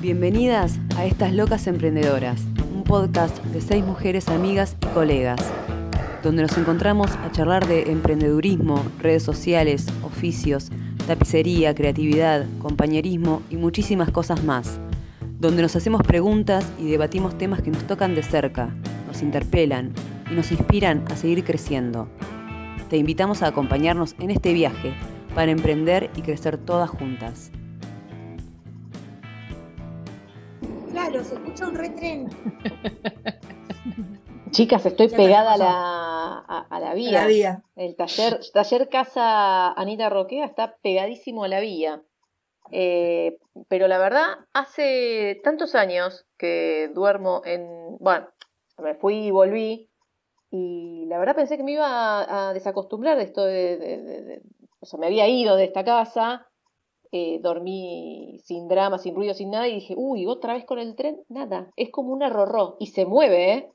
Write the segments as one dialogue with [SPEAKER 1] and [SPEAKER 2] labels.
[SPEAKER 1] Bienvenidas a Estas Locas Emprendedoras, un podcast de seis mujeres amigas y colegas, donde nos encontramos a charlar de emprendedurismo, redes sociales, oficios, tapicería, creatividad, compañerismo y muchísimas cosas más, donde nos hacemos preguntas y debatimos temas que nos tocan de cerca, nos interpelan y nos inspiran a seguir creciendo. Te invitamos a acompañarnos en este viaje para emprender y crecer todas juntas.
[SPEAKER 2] Claro, se escucha un retren.
[SPEAKER 3] Chicas, estoy
[SPEAKER 2] Ya
[SPEAKER 3] pegada a
[SPEAKER 2] me pasó.
[SPEAKER 3] la, a, a la vía.
[SPEAKER 2] La vía.
[SPEAKER 3] El taller, taller Casa Anita Roquea está pegadísimo a la vía. Eh, pero la verdad, hace tantos años que duermo en... Bueno, me fui y volví. Y la verdad pensé que me iba a, a desacostumbrar de esto de, de- de- de- O sea, me había ido de esta casa. eh, dormí sin drama, sin ruido, sin nada. Y dije, uy, otra vez con el tren, nada. Es como una rorró. Y se mueve, ¿eh?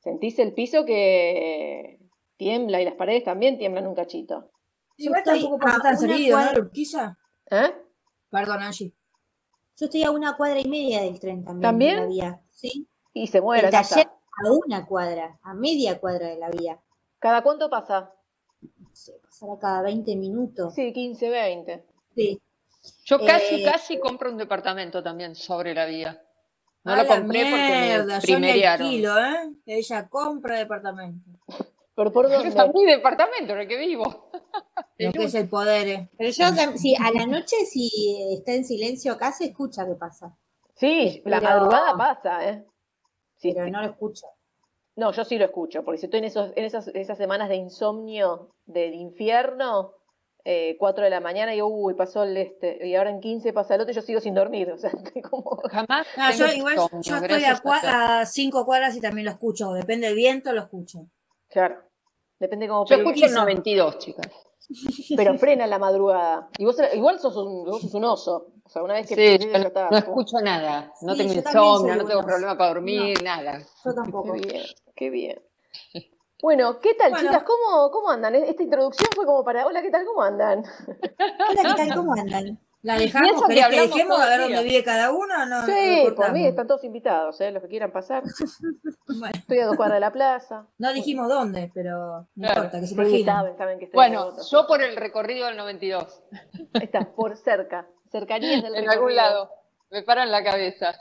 [SPEAKER 3] Sentís el piso que tiembla y las paredes también tiemblan un cachito.
[SPEAKER 2] Igual tampoco
[SPEAKER 4] ah,
[SPEAKER 2] pasa tan seguido, ¿no,
[SPEAKER 3] ¿Eh?
[SPEAKER 4] Perdón, Angie.
[SPEAKER 2] Yo estoy a una cuadra y media del tren también.
[SPEAKER 3] ¿También?
[SPEAKER 2] De la vía. Sí.
[SPEAKER 3] Y se mueve la
[SPEAKER 2] el taller
[SPEAKER 3] casa.
[SPEAKER 2] a una cuadra, a media cuadra de la vía.
[SPEAKER 3] ¿Cada cuánto pasa?
[SPEAKER 2] No sé, pasará cada 20 minutos.
[SPEAKER 3] Sí, 15, 20.
[SPEAKER 2] Sí.
[SPEAKER 5] Yo casi,
[SPEAKER 2] Eh,
[SPEAKER 5] casi compro un departamento también sobre la vía. No
[SPEAKER 4] A
[SPEAKER 5] lo
[SPEAKER 4] la
[SPEAKER 5] compré porque
[SPEAKER 4] mierda,
[SPEAKER 5] me
[SPEAKER 4] yo me
[SPEAKER 5] primeriaron.
[SPEAKER 4] alquilo, ¿eh? Ella compra departamento.
[SPEAKER 3] ¿Pero por dónde?
[SPEAKER 5] Está mi departamento, en el que vivo.
[SPEAKER 4] Lo que es el poder, ¿eh?
[SPEAKER 2] Pero
[SPEAKER 5] Ah.
[SPEAKER 2] yo tam- sí, a la noche si está en silencio acá se escucha que pasa,
[SPEAKER 3] Sí, la
[SPEAKER 2] Pero-
[SPEAKER 3] madrugada pasa, ¿eh? Sí,
[SPEAKER 2] pero
[SPEAKER 3] sí.
[SPEAKER 2] no lo escucho.
[SPEAKER 3] No, yo sí lo escucho, porque si estoy en, esos, en esas, esas semanas de insomnio, del infierno, eh, 4 de la mañana, y digo, uy, pasó el este, y ahora en 15 pasa el otro, y yo sigo sin dormir. O sea, estoy como...
[SPEAKER 5] Jamás.
[SPEAKER 4] No, Ah, yo
[SPEAKER 5] tengo
[SPEAKER 4] igual
[SPEAKER 5] insomnio,
[SPEAKER 4] yo estoy ah, a,
[SPEAKER 5] gracias
[SPEAKER 4] cua-
[SPEAKER 5] Dios.
[SPEAKER 4] a cinco cuadras y también lo escucho. Depende del viento, lo escucho.
[SPEAKER 3] Claro, depende cómo
[SPEAKER 5] Yo
[SPEAKER 3] pegue.
[SPEAKER 5] escucho el
[SPEAKER 4] eso.
[SPEAKER 5] 92, chicas.
[SPEAKER 3] Pero frena la madrugada. Y vos era- igual sos un, vos sos un oso. O sea, una vez que
[SPEAKER 5] Sí,
[SPEAKER 3] ya
[SPEAKER 5] yo no,
[SPEAKER 3] está,
[SPEAKER 5] no
[SPEAKER 3] como-
[SPEAKER 5] escucho nada. No
[SPEAKER 4] Sí,
[SPEAKER 5] tengo
[SPEAKER 4] yo también
[SPEAKER 5] insomnio,
[SPEAKER 4] soy
[SPEAKER 5] no tengo
[SPEAKER 4] una-
[SPEAKER 5] problema para dormir, nada.
[SPEAKER 2] Yo
[SPEAKER 3] Qué
[SPEAKER 2] tampoco.
[SPEAKER 3] bien, qué bien. Bueno, ¿qué tal,
[SPEAKER 4] Bueno.
[SPEAKER 3] chicas? ¿Cómo, ¿Cómo andan? E-, Esta introducción fue como para. Hola, ¿qué tal? ¿Cómo andan?
[SPEAKER 2] Hola, ¿qué tal? ¿Cómo andan?
[SPEAKER 4] ¿La
[SPEAKER 5] Y eso
[SPEAKER 4] dejamos?
[SPEAKER 5] que
[SPEAKER 4] ¿Querés que
[SPEAKER 5] hablamos
[SPEAKER 4] dejemos
[SPEAKER 5] todo
[SPEAKER 4] a
[SPEAKER 5] el
[SPEAKER 4] ver
[SPEAKER 5] día.
[SPEAKER 4] dónde vive cada uno? Ah, No,
[SPEAKER 3] sí,
[SPEAKER 4] no
[SPEAKER 3] por mí
[SPEAKER 4] cortamos.
[SPEAKER 3] están todos invitados, ¿eh? Los que quieran pasar.
[SPEAKER 4] Bueno,
[SPEAKER 3] Estoy a dos cuadras de la plaza.
[SPEAKER 4] no dijimos dónde, pero no
[SPEAKER 5] Claro.
[SPEAKER 4] importa, que
[SPEAKER 3] Sí,
[SPEAKER 4] se imaginen.
[SPEAKER 3] saben, saben que estoy en
[SPEAKER 5] Bueno,
[SPEAKER 3] otro.
[SPEAKER 5] yo por el recorrido del 92,
[SPEAKER 3] Estás por cerca, cercanías del
[SPEAKER 5] en
[SPEAKER 3] recorrido.
[SPEAKER 5] algún lado. Me paran la cabeza.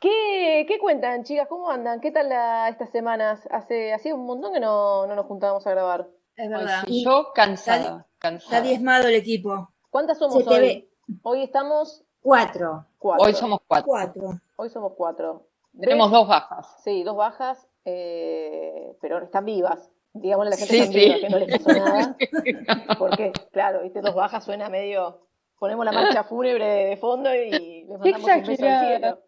[SPEAKER 3] ¿Qué, ¿Qué cuentan, chicas? ¿Cómo andan? ¿Qué tal la- estas semanas? Hace, hacía un montón que no, no nos juntábamos a grabar.
[SPEAKER 4] Es
[SPEAKER 5] Ay,
[SPEAKER 4] verdad.
[SPEAKER 5] sí, yo cansada,
[SPEAKER 4] Está
[SPEAKER 5] cansada.
[SPEAKER 4] diezmado el equipo.
[SPEAKER 3] ¿Cuántas somos
[SPEAKER 2] Se te
[SPEAKER 3] hoy?
[SPEAKER 2] ve.
[SPEAKER 3] Hoy estamos
[SPEAKER 2] Cuatro.
[SPEAKER 3] cuatro.
[SPEAKER 5] Hoy somos cuatro.
[SPEAKER 4] Cuatro.
[SPEAKER 3] Hoy somos cuatro.
[SPEAKER 5] Tenemos
[SPEAKER 3] Beth,
[SPEAKER 5] dos bajas.
[SPEAKER 3] Sí, dos bajas, eh, pero están vivas. Digámosle a la gente
[SPEAKER 5] Sí,
[SPEAKER 3] que están
[SPEAKER 5] sí.
[SPEAKER 3] vivas, que no les pasó nada. Porque, claro, viste, dos bajas suena medio. Ponemos la marcha fúnebre de, de fondo y les mandamos un beso al
[SPEAKER 5] Exagerada.
[SPEAKER 3] cielo.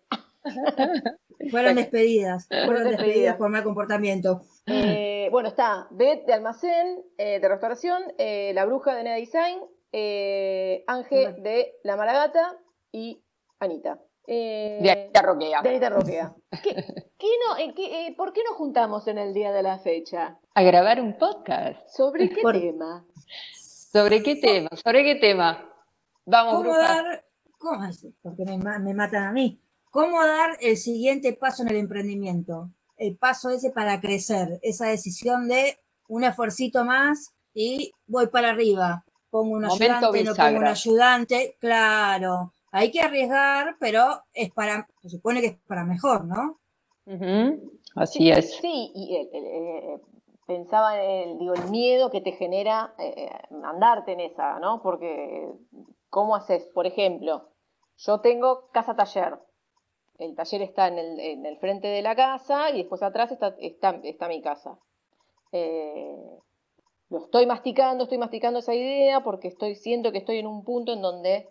[SPEAKER 4] Fueron despedidas. Fueron
[SPEAKER 3] despedidas.
[SPEAKER 4] despedidas por mal comportamiento.
[SPEAKER 3] Eh, bueno, está Beth de almacén, eh, de restauración, eh, la bruja de Nea Design, eh, Ángel
[SPEAKER 4] Bueno.
[SPEAKER 3] de La Maragata y Anita. Eh,
[SPEAKER 5] De Anita Roquea.
[SPEAKER 3] de Anita Roquea. ¿Qué- qué no- en qué- eh, ¿Por qué nos juntamos en el día de la fecha?
[SPEAKER 5] A grabar un podcast.
[SPEAKER 3] ¿Sobre qué
[SPEAKER 4] Por-
[SPEAKER 3] tema?
[SPEAKER 5] ¿Sobre qué tema? ¿Sobre qué tema? Vamos,
[SPEAKER 4] ¿Cómo
[SPEAKER 5] brujas.
[SPEAKER 4] dar, cómo es? porque me, ma- me matan a mí? ¿Cómo dar el siguiente paso en el emprendimiento? El paso ese para crecer, esa decisión de un esfuercito más y voy para arriba. Pongo un
[SPEAKER 5] Momento
[SPEAKER 4] ayudante, no pongo un
[SPEAKER 5] bisagra.
[SPEAKER 4] ayudante, claro. Hay que arriesgar, pero es para, se supone que es para mejor, ¿no?
[SPEAKER 5] Ujú, Así es.
[SPEAKER 3] Sí, y el- el- eh, pensaba en el, digo, el miedo que te genera eh, eh, andarte en esa, ¿no? Porque, ¿cómo haces? Por ejemplo, yo tengo casa-taller. El taller está en el, en el frente de la casa y después atrás está, está, está mi casa. Eh, lo estoy masticando, estoy masticando esa idea porque estoy, siento que estoy en un punto en donde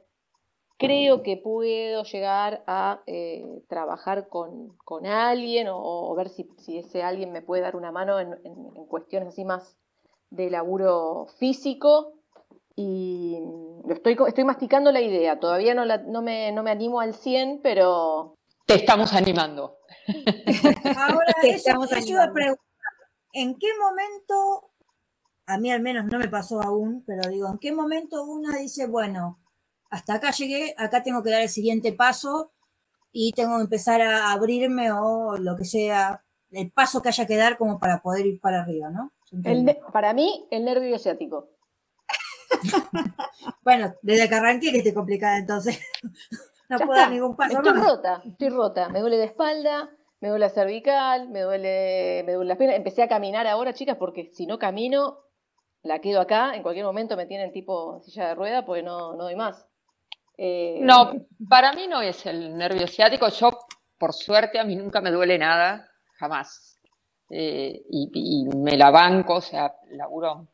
[SPEAKER 3] creo que puedo llegar a eh, trabajar con, con alguien o, o ver si, si ese alguien me puede dar una mano en, en- en cuestiones así más de laburo físico. Y mm, lo estoy, co- estoy masticando la idea, todavía no, la- no, me, no me animo al 100, pero
[SPEAKER 5] Te estamos animando.
[SPEAKER 4] Ahora,
[SPEAKER 2] Te
[SPEAKER 4] eso,
[SPEAKER 2] estamos
[SPEAKER 4] eso iba a
[SPEAKER 2] animando.
[SPEAKER 4] preguntar. ¿En qué momento, a mí al menos no me pasó aún, pero digo, ¿en qué momento una dice, bueno, hasta acá llegué, acá tengo que dar el siguiente paso y tengo que empezar a abrirme o lo que sea, el paso que haya que dar como para poder ir para arriba, ¿no? ¿Se entiende?
[SPEAKER 3] El ne- para mí, el nervio asiático.
[SPEAKER 4] Bueno, desde que arranqué que te complicada entonces. No
[SPEAKER 3] Ya
[SPEAKER 4] puedo dar
[SPEAKER 3] está.
[SPEAKER 4] ningún paso
[SPEAKER 3] Estoy
[SPEAKER 4] más.
[SPEAKER 3] rota, estoy rota. Me duele la espalda, me duele la cervical, me duele, me duele las piernas. Empecé a caminar ahora, chicas, porque si no camino, la quedo acá. En cualquier momento me tienen tipo silla de rueda, porque no, no doy más. Eh,
[SPEAKER 5] No, para mí no es el nervio ciático. Yo, por suerte, a mí nunca me duele nada, jamás. Eh, y, y me la banco, o sea, laburo,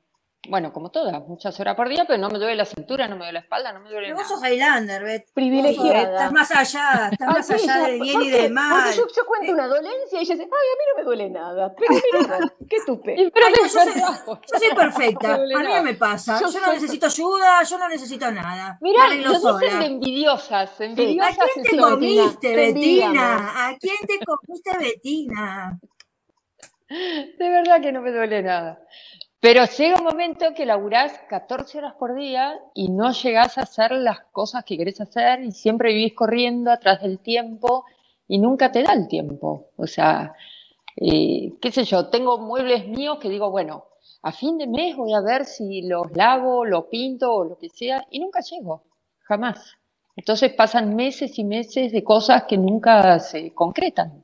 [SPEAKER 5] bueno, como todas, muchas horas por día, pero no me duele la cintura, no me duele la espalda, no me duele
[SPEAKER 4] Pero
[SPEAKER 5] nada.
[SPEAKER 4] vos sos Highlander, Bet.
[SPEAKER 3] Privilegiada.
[SPEAKER 4] Estás más allá, estás
[SPEAKER 3] Ah,
[SPEAKER 4] más
[SPEAKER 3] sí,
[SPEAKER 4] allá
[SPEAKER 3] yo-
[SPEAKER 4] del bien y
[SPEAKER 3] porque-
[SPEAKER 4] del mal.
[SPEAKER 3] porque Yo, yo cuento una dolencia y ella dice, ay, a mí no me duele nada. Pero mira, qué tupe.
[SPEAKER 5] Y pero
[SPEAKER 4] Ay,
[SPEAKER 5] de
[SPEAKER 4] yo soy-
[SPEAKER 5] trabajo.
[SPEAKER 4] Yo soy perfecta, a mí no me pasa.
[SPEAKER 5] Yo
[SPEAKER 4] Yo, no
[SPEAKER 5] soy-
[SPEAKER 4] necesito ayuda, yo no necesito nada.
[SPEAKER 5] Mirá,
[SPEAKER 4] Me arreglo
[SPEAKER 5] los dos son
[SPEAKER 4] sola.
[SPEAKER 5] de envidiosas,
[SPEAKER 4] ¿A
[SPEAKER 5] envidiosas.
[SPEAKER 4] quién te
[SPEAKER 5] encima, Betina.
[SPEAKER 4] comiste,
[SPEAKER 5] Te envidian,
[SPEAKER 4] Betina? ¿A quién te comiste, Betina?
[SPEAKER 5] De verdad que no me duele nada. Pero llega un momento que laburás 14 horas por día y no llegás a hacer las cosas que querés hacer y siempre vivís corriendo atrás del tiempo y nunca te da el tiempo. O sea, eh, qué sé yo, tengo muebles míos que digo, bueno, a fin de mes voy a ver si los lavo, los pinto o lo que sea y nunca llego, jamás. Entonces pasan meses y meses de cosas que nunca se concretan.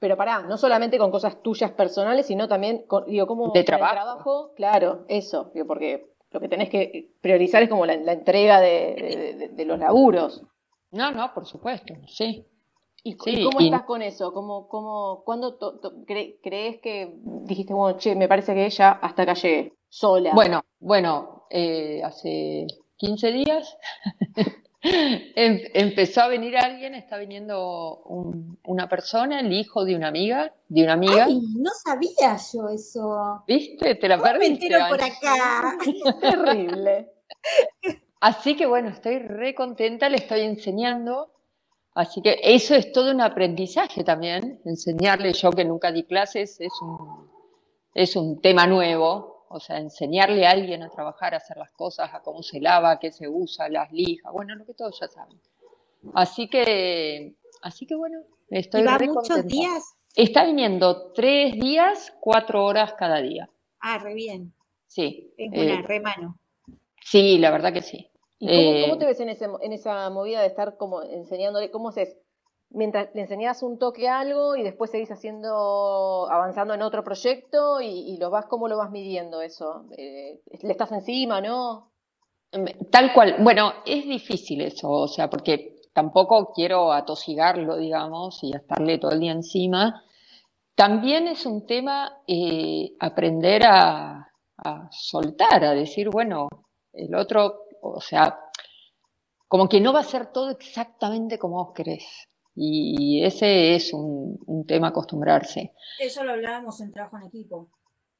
[SPEAKER 3] Pero pará, no solamente con cosas tuyas personales, sino también, con, digo, como
[SPEAKER 5] De
[SPEAKER 3] en el
[SPEAKER 5] trabajo.
[SPEAKER 3] claro, eso, digo, porque lo que tenés que priorizar es como la, la entrega de, de- de- de los laburos.
[SPEAKER 5] No, no, por supuesto, sí.
[SPEAKER 3] ¿Y,
[SPEAKER 5] Sí,
[SPEAKER 3] y cómo
[SPEAKER 5] y-
[SPEAKER 3] estás con eso? ¿Cómo, cómo, ¿Cuándo to- to- cre- crees que dijiste, bueno, che, me parece que ya hasta acá llegué, sola?
[SPEAKER 5] Bueno, bueno, eh, hace 15 días em- empezó a venir alguien, está viniendo un- una persona, el hijo de una amiga, de una amiga.
[SPEAKER 2] Ay, no sabía yo eso.
[SPEAKER 5] ¿Viste? Te la
[SPEAKER 2] ¿Cómo me
[SPEAKER 5] perdiste.
[SPEAKER 2] entero por
[SPEAKER 5] Angie.
[SPEAKER 2] acá?
[SPEAKER 3] terrible.
[SPEAKER 5] Así que bueno, estoy re contenta, le estoy enseñando. Así que eso es todo un aprendizaje también, enseñarle yo que nunca di clases es un, es un tema nuevo, o sea, enseñarle a alguien a trabajar, a hacer las cosas, a cómo se lava, a qué se usa, las lijas, bueno, lo que todos ya saben. Así que, así que bueno, estoy
[SPEAKER 2] ¿Y va
[SPEAKER 5] re
[SPEAKER 2] muchos
[SPEAKER 5] contenta.
[SPEAKER 2] días?
[SPEAKER 5] Está viniendo tres días, cuatro horas cada día,
[SPEAKER 2] Ah, re bien.
[SPEAKER 5] sí.
[SPEAKER 2] Es
[SPEAKER 5] eh,
[SPEAKER 2] una re mano.
[SPEAKER 5] sí, la verdad que sí.
[SPEAKER 3] ¿Y cómo, cómo
[SPEAKER 5] Eh,
[SPEAKER 3] te ves en, ese, en esa movida de estar como enseñándole? ¿Cómo haces? Mientras le enseñás un toque a algo y después seguís haciendo, avanzando en otro proyecto y, y lo vas, ¿cómo lo vas midiendo eso? Eh, ¿Le estás encima, no?
[SPEAKER 5] em, Tal cual. Bueno, es difícil eso, o sea, porque tampoco quiero atosigarlo, digamos, y estarle todo el día encima. También es un tema eh, aprender a, a soltar, a decir, bueno, el otro, o sea, como que no va a ser todo exactamente como vos querés. Y ese es un, un tema a acostumbrarse.
[SPEAKER 4] Eso lo hablábamos en trabajo en equipo,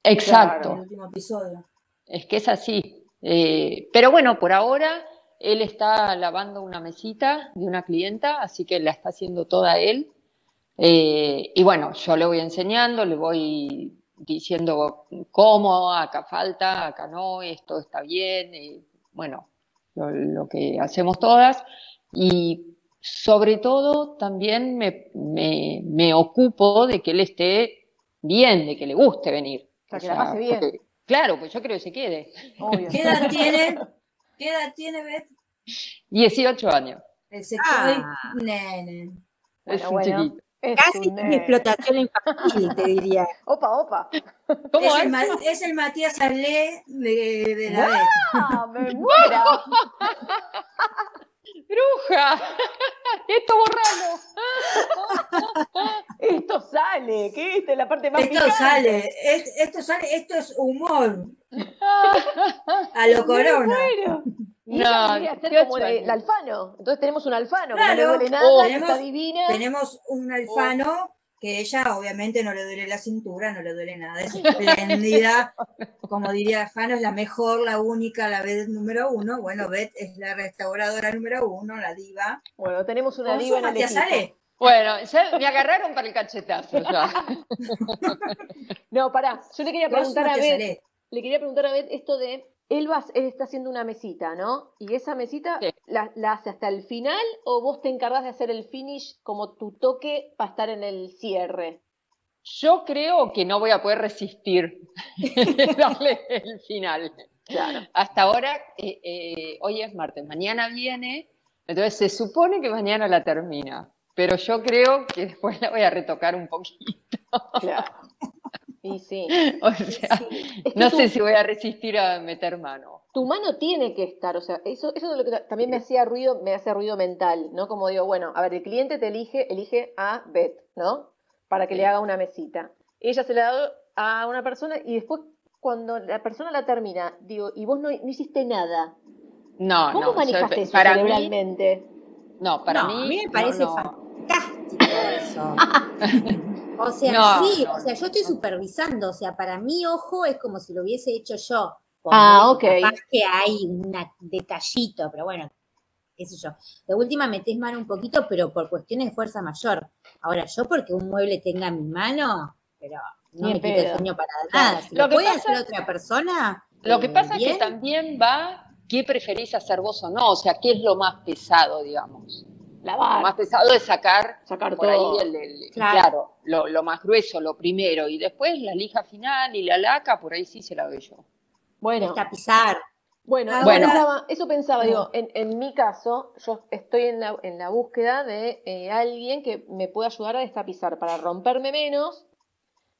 [SPEAKER 5] Exacto.
[SPEAKER 4] en el último episodio.
[SPEAKER 5] Es que es así. Eh, pero bueno, por ahora él está lavando una mesita de una clienta, así que la está haciendo toda él. Eh, y bueno, yo le voy enseñando, le voy diciendo cómo, acá falta, acá no, esto está bien, y bueno, lo, lo que hacemos todas. Y sobre todo también me, me- me ocupo de que él esté bien, de que le guste venir.
[SPEAKER 3] O sea, que la pase bien.
[SPEAKER 5] porque- claro, pues yo creo que se quede.
[SPEAKER 3] Obvio.
[SPEAKER 4] ¿Qué edad tiene? ¿Qué edad tiene, Bet?
[SPEAKER 5] 18 años.
[SPEAKER 4] El sector
[SPEAKER 2] Ah.
[SPEAKER 4] nene.
[SPEAKER 3] Bueno,
[SPEAKER 5] es un
[SPEAKER 3] bueno.
[SPEAKER 5] chiquito.
[SPEAKER 3] Es
[SPEAKER 2] Casi
[SPEAKER 3] un
[SPEAKER 2] una
[SPEAKER 3] nene.
[SPEAKER 2] explotación infantil, te diría.
[SPEAKER 3] Opa, opa.
[SPEAKER 5] ¿Cómo
[SPEAKER 4] es,
[SPEAKER 5] es?
[SPEAKER 4] El, Ma- es el Matías Arlé de, de la
[SPEAKER 3] ¡Guau!
[SPEAKER 4] Bet.
[SPEAKER 3] Ah, me muero.
[SPEAKER 5] ¡Bruja! Esto borralo.
[SPEAKER 3] Esto sale, que esta es la parte más
[SPEAKER 4] Esto
[SPEAKER 3] picante.
[SPEAKER 4] sale, es- esto sale, esto es humor a lo corona.
[SPEAKER 3] Bueno. Y
[SPEAKER 5] No,
[SPEAKER 3] ella vendría a ser como
[SPEAKER 5] 18
[SPEAKER 3] el, el
[SPEAKER 5] años.
[SPEAKER 3] alfano. Entonces tenemos un alfano que no
[SPEAKER 4] Claro.
[SPEAKER 3] le duele nada, que
[SPEAKER 4] Tenemos-
[SPEAKER 3] está divina.
[SPEAKER 4] Tenemos un
[SPEAKER 3] Oh.
[SPEAKER 4] alfano que ella obviamente no le duele la cintura, no le duele nada, es espléndida. Como diría Jano, es la mejor, la única, la vez número uno. Bueno, Bet es la restauradora número uno, la diva.
[SPEAKER 3] Bueno, tenemos una
[SPEAKER 4] ¿Cómo
[SPEAKER 3] diva
[SPEAKER 4] sos,
[SPEAKER 3] en el
[SPEAKER 4] Matías
[SPEAKER 3] equipo.
[SPEAKER 4] Ale?
[SPEAKER 5] Bueno, ya me agarraron para el cachetazo. ya.
[SPEAKER 3] No, pará, yo le quería
[SPEAKER 4] ¿Cómo sos,
[SPEAKER 3] preguntar a
[SPEAKER 4] Matías
[SPEAKER 3] Beth,
[SPEAKER 4] Ale?
[SPEAKER 3] le quería preguntar a Beth esto de, él, va- él está haciendo una mesita, ¿no? Y esa mesita
[SPEAKER 5] Sí.
[SPEAKER 3] la, la hace hasta el final o vos te encargas de hacer el finish como tu toque para estar en el cierre?
[SPEAKER 5] Yo creo que no voy a poder resistir darle el final.
[SPEAKER 3] Claro.
[SPEAKER 5] Hasta ahora, eh, eh, hoy es martes, mañana viene, entonces se supone que mañana la termina, pero yo creo que después la voy a retocar un poquito.
[SPEAKER 3] claro. Y sí.
[SPEAKER 5] O sea,
[SPEAKER 3] sí. Es que
[SPEAKER 5] no
[SPEAKER 3] tu-
[SPEAKER 5] sé si voy a resistir a meter mano.
[SPEAKER 3] tu mano tiene que estar, o sea, eso, eso es lo que ta- también me hacía ruido, me hace ruido mental, ¿no? Como digo, bueno, a ver, el cliente te elige, elige a Beth, ¿no? Para que le haga una mesita. Ella se la da a una persona y después cuando la persona la termina, digo, y vos no, no hiciste nada. ¿Cómo
[SPEAKER 5] No, Ah, no, yo-
[SPEAKER 3] manejaste eso
[SPEAKER 5] para mí,
[SPEAKER 3] cerebralmente?
[SPEAKER 5] no, para
[SPEAKER 4] No,
[SPEAKER 5] mí,
[SPEAKER 4] a mí me
[SPEAKER 5] no,
[SPEAKER 4] parece
[SPEAKER 5] no.
[SPEAKER 2] Fantástico eso. O sea,
[SPEAKER 5] No,
[SPEAKER 2] sí,
[SPEAKER 5] no,
[SPEAKER 2] o sea, yo estoy supervisando, o sea, para mi ojo es como si lo hubiese hecho yo.
[SPEAKER 3] Ah,
[SPEAKER 2] Ponele,
[SPEAKER 3] ok.
[SPEAKER 2] Capaz que hay un detallito, pero bueno, qué sé yo. De última metés mano un poquito, pero por cuestiones de fuerza mayor. Ahora, yo porque un mueble tenga mi mano, pero no
[SPEAKER 3] Ni
[SPEAKER 2] me
[SPEAKER 3] en
[SPEAKER 2] quito
[SPEAKER 3] pedo.
[SPEAKER 2] el sueño para nada. Si
[SPEAKER 5] Ah, Lo
[SPEAKER 2] lo,
[SPEAKER 5] que
[SPEAKER 2] puede
[SPEAKER 5] pasa-
[SPEAKER 2] hacer otra persona,
[SPEAKER 5] Lo que
[SPEAKER 2] eh,
[SPEAKER 5] pasa es
[SPEAKER 2] bien,
[SPEAKER 5] que también va qué preferís hacer vos o no, o sea, qué es lo más pesado, digamos. Lo más
[SPEAKER 3] Lavar,
[SPEAKER 5] pesado es sacar
[SPEAKER 3] sacar
[SPEAKER 5] por
[SPEAKER 3] todo.
[SPEAKER 5] ahí el, el- claro,
[SPEAKER 2] Claro.
[SPEAKER 5] lo, lo más grueso, lo primero, y después la lija final y la laca, por ahí sí se la doy yo.
[SPEAKER 3] Bueno,
[SPEAKER 2] destapizar.
[SPEAKER 3] Bueno, eso
[SPEAKER 5] Ah, Bueno.
[SPEAKER 3] pensaba, eso pensaba, digo, en, en mi caso, yo estoy en la, en la búsqueda de eh, alguien que me pueda ayudar a destapizar para romperme menos,
[SPEAKER 5] Es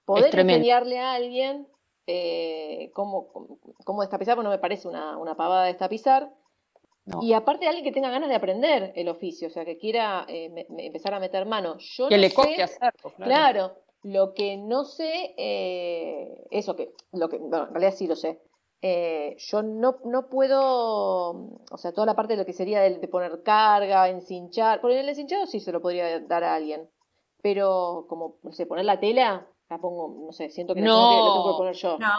[SPEAKER 3] poder
[SPEAKER 5] tremendo.
[SPEAKER 3] enseñarle a alguien eh, cómo, cómo destapizar, porque no me parece una, una pavada destapizar.
[SPEAKER 5] No.
[SPEAKER 3] Y aparte alguien que tenga ganas de aprender el oficio, o sea, que quiera eh, me- me- empezar a meter mano. Yo
[SPEAKER 5] que
[SPEAKER 3] no
[SPEAKER 5] le
[SPEAKER 3] sé-
[SPEAKER 5] coste hacerlo, claro.
[SPEAKER 3] Claro, lo que no sé, eh, eso que, lo que, bueno, en realidad sí lo sé. Eh, yo no, no puedo, o sea, toda la parte de lo que sería del- de, poner carga, encinchar, por el encinchado sí se lo podría dar a alguien, pero como, no sé, poner la tela, la pongo, no sé, siento que la tengo que, la tengo que
[SPEAKER 5] No.
[SPEAKER 3] poner yo.
[SPEAKER 2] No,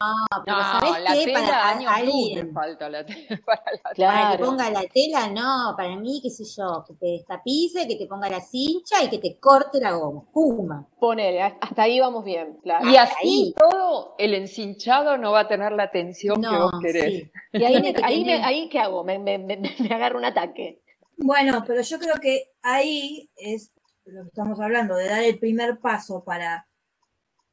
[SPEAKER 2] pero
[SPEAKER 5] No,
[SPEAKER 2] ¿sabés
[SPEAKER 5] la
[SPEAKER 2] qué?
[SPEAKER 5] tela
[SPEAKER 2] Para
[SPEAKER 5] años luz
[SPEAKER 2] alguien.
[SPEAKER 5] le falta la tela para la-
[SPEAKER 2] Para que
[SPEAKER 3] Claro,
[SPEAKER 2] ponga la tela, no, para mí, qué sé yo, que te destapice, que te ponga la cincha y que te corte la goma. Puma.
[SPEAKER 3] ponele, a- hasta ahí vamos bien, claro.
[SPEAKER 5] Y así
[SPEAKER 2] ahí.
[SPEAKER 5] todo, el encinchado no va a tener la tensión que
[SPEAKER 2] No,
[SPEAKER 5] vos querés.
[SPEAKER 2] sí.
[SPEAKER 3] Y ahí, me-
[SPEAKER 2] tiene que
[SPEAKER 3] ahí, me-
[SPEAKER 2] tener-
[SPEAKER 3] ahí ¿qué hago? Me, me, me, me agarro un ataque.
[SPEAKER 4] Bueno, pero yo creo que ahí es lo que estamos hablando, de dar el primer paso para,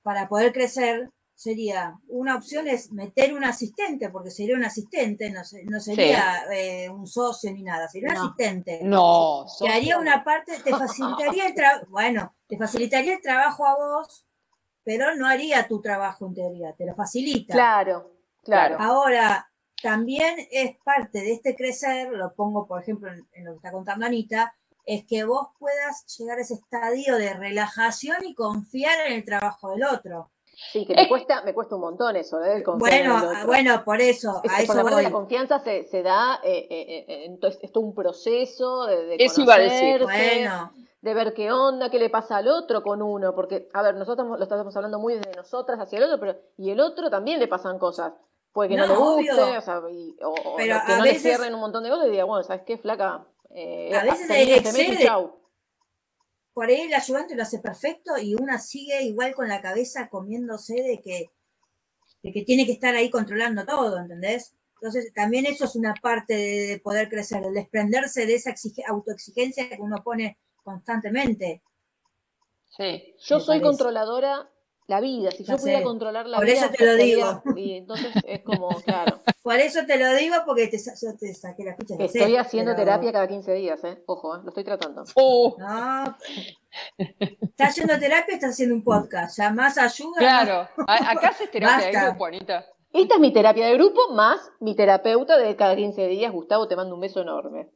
[SPEAKER 4] para poder crecer, sería, una opción es meter un asistente, porque sería un asistente, no, se- no sería eh, un socio ni nada, sería
[SPEAKER 2] No.
[SPEAKER 4] un asistente.
[SPEAKER 5] No,
[SPEAKER 4] Te
[SPEAKER 5] sos-
[SPEAKER 4] haría una parte, te facilitaría el trabajo, bueno, te facilitaría el trabajo a vos, pero no haría tu trabajo en teoría, te lo facilita.
[SPEAKER 3] Claro, claro.
[SPEAKER 4] Ahora, también es parte de este crecer, lo pongo por ejemplo en, en lo que está contando Anita, es que vos puedas llegar a ese estadio de relajación y confiar en el trabajo del otro.
[SPEAKER 3] Sí, que me
[SPEAKER 5] Es-
[SPEAKER 3] cuesta, me cuesta un montón eso, ¿eh? el confiar en
[SPEAKER 4] Bueno,
[SPEAKER 3] el
[SPEAKER 4] ah,
[SPEAKER 3] otro.
[SPEAKER 4] bueno, por eso,
[SPEAKER 3] Es-
[SPEAKER 4] a
[SPEAKER 3] por
[SPEAKER 4] eso
[SPEAKER 3] Este, la parte de la
[SPEAKER 4] voy.
[SPEAKER 3] confianza se, se da, eh, eh, eh, en to- es todo un proceso de, de
[SPEAKER 5] Eso iba a decir.
[SPEAKER 3] conocerse,
[SPEAKER 4] Bueno,
[SPEAKER 3] de ver qué onda, qué le pasa al otro con uno, porque, a ver, nosotros lo estamos hablando muy desde nosotras hacia el otro, pero y el otro también le pasan cosas. Puede que no,
[SPEAKER 4] No,
[SPEAKER 3] le guste,
[SPEAKER 4] obvio.
[SPEAKER 3] o, sea, y- o- o
[SPEAKER 4] Pero
[SPEAKER 3] que
[SPEAKER 4] a
[SPEAKER 3] no
[SPEAKER 4] veces-
[SPEAKER 3] le cierren un montón de cosas y diga, bueno, ¿sabes qué, flaca? Eh,
[SPEAKER 4] A veces
[SPEAKER 3] te meto,
[SPEAKER 4] el
[SPEAKER 3] te meto y
[SPEAKER 4] excede.
[SPEAKER 3] chau.
[SPEAKER 4] por ahí el ayudante lo hace perfecto y una sigue igual con la cabeza comiéndose de que, de que tiene que estar ahí controlando todo, ¿entendés? Entonces, también eso es una parte de, de poder crecer, el desprenderse de esa exige- autoexigencia que uno pone constantemente.
[SPEAKER 5] sí.
[SPEAKER 3] Yo
[SPEAKER 4] me
[SPEAKER 3] soy
[SPEAKER 4] parece.
[SPEAKER 3] controladora la vida, si
[SPEAKER 4] Ya
[SPEAKER 3] yo pudiera
[SPEAKER 4] sé.
[SPEAKER 3] controlar la
[SPEAKER 4] Por
[SPEAKER 3] vida,
[SPEAKER 4] eso te lo
[SPEAKER 3] estaría- y entonces es como, claro.
[SPEAKER 4] Por eso te lo digo porque te, sa- yo te saqué la ficha.
[SPEAKER 3] Que
[SPEAKER 4] ya sé,
[SPEAKER 3] Estoy haciendo
[SPEAKER 4] pero-
[SPEAKER 3] terapia cada 15 días, ¿eh? Ojo, ¿eh? lo estoy tratando.
[SPEAKER 5] Uh,
[SPEAKER 4] No. Estás haciendo terapia, estás haciendo un podcast. Llamás ayuda.
[SPEAKER 5] claro. A- acá haces terapia ¿eh, de
[SPEAKER 4] Basta.
[SPEAKER 5] grupo, Anita.
[SPEAKER 3] Esta es mi terapia de grupo más mi terapeuta de cada 15 días. Gustavo, te mando un beso enorme.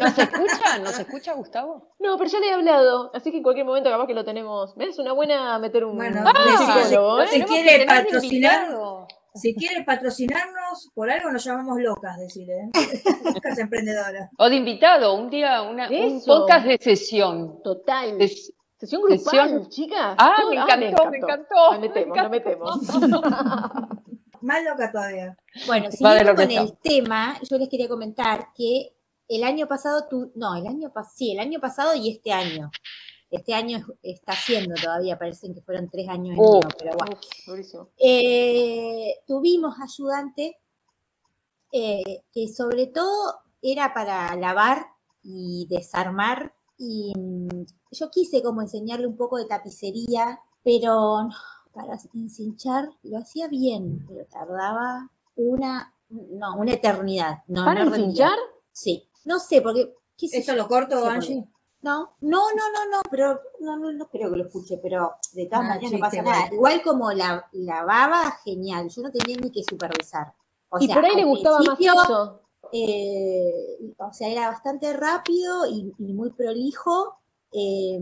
[SPEAKER 5] ¿Nos escucha? ¿Nos escucha, Gustavo?
[SPEAKER 3] No, pero ya le he hablado, así que en cualquier momento capaz que lo tenemos. ¿Ves? Una buena meter un
[SPEAKER 4] Bueno,
[SPEAKER 3] un
[SPEAKER 4] sí,
[SPEAKER 3] psicólogo,
[SPEAKER 4] sí,
[SPEAKER 3] ¿eh?
[SPEAKER 5] Tenemos
[SPEAKER 4] quiere
[SPEAKER 5] que tener
[SPEAKER 4] patrocinar.
[SPEAKER 5] invitado.
[SPEAKER 4] Si quiere patrocinarnos, por algo nos llamamos locas, decirle. ¿eh? Locas emprendedoras.
[SPEAKER 5] O de invitado, un día, una, un
[SPEAKER 3] Eso.
[SPEAKER 5] podcast de sesión.
[SPEAKER 3] Total.
[SPEAKER 5] De s-
[SPEAKER 3] Sesión grupal,
[SPEAKER 5] sesión-
[SPEAKER 3] chicas.
[SPEAKER 5] Ah,
[SPEAKER 3] Todo-
[SPEAKER 5] me encantó, me encantó.
[SPEAKER 3] La metemos, la metemos.
[SPEAKER 4] Más loca todavía.
[SPEAKER 2] Bueno,
[SPEAKER 5] de
[SPEAKER 2] siguiendo
[SPEAKER 5] lo que
[SPEAKER 2] con
[SPEAKER 5] está.
[SPEAKER 2] el tema, yo les quería comentar que el año pasado, tú, no, el año pasado, sí, el año pasado y este año. Este año es- está siendo todavía, parecen que fueron tres años en
[SPEAKER 5] Oh.
[SPEAKER 2] uno, pero bueno.
[SPEAKER 3] Uf, durísimo.
[SPEAKER 2] Eh, tuvimos ayudante eh, que sobre todo era para lavar y desarmar. Y mm, yo quise como enseñarle un poco de tapicería, pero no, para encinchar lo hacía bien, pero tardaba una, no, una eternidad. No,
[SPEAKER 3] ¿Para
[SPEAKER 2] no rendía.
[SPEAKER 3] encinchar?
[SPEAKER 2] Sí. No sé, porque... qué sé
[SPEAKER 4] ¿Esto
[SPEAKER 2] yo,
[SPEAKER 4] lo
[SPEAKER 2] no
[SPEAKER 4] corto,
[SPEAKER 2] sé por qué.
[SPEAKER 4] Angie?
[SPEAKER 2] No, no, no, no, no, pero no, no, no creo que lo escuche, pero de todas
[SPEAKER 4] Ah,
[SPEAKER 2] maneras no
[SPEAKER 4] chiste,
[SPEAKER 2] pasa
[SPEAKER 4] bueno.
[SPEAKER 2] nada. Igual como la, la baba, genial, yo no tenía ni que supervisar. O
[SPEAKER 3] y
[SPEAKER 2] sea,
[SPEAKER 3] por ahí
[SPEAKER 2] al
[SPEAKER 3] le gustaba más
[SPEAKER 2] principio,
[SPEAKER 3] eso.
[SPEAKER 2] eh, o sea, era bastante rápido y, y muy prolijo, eh,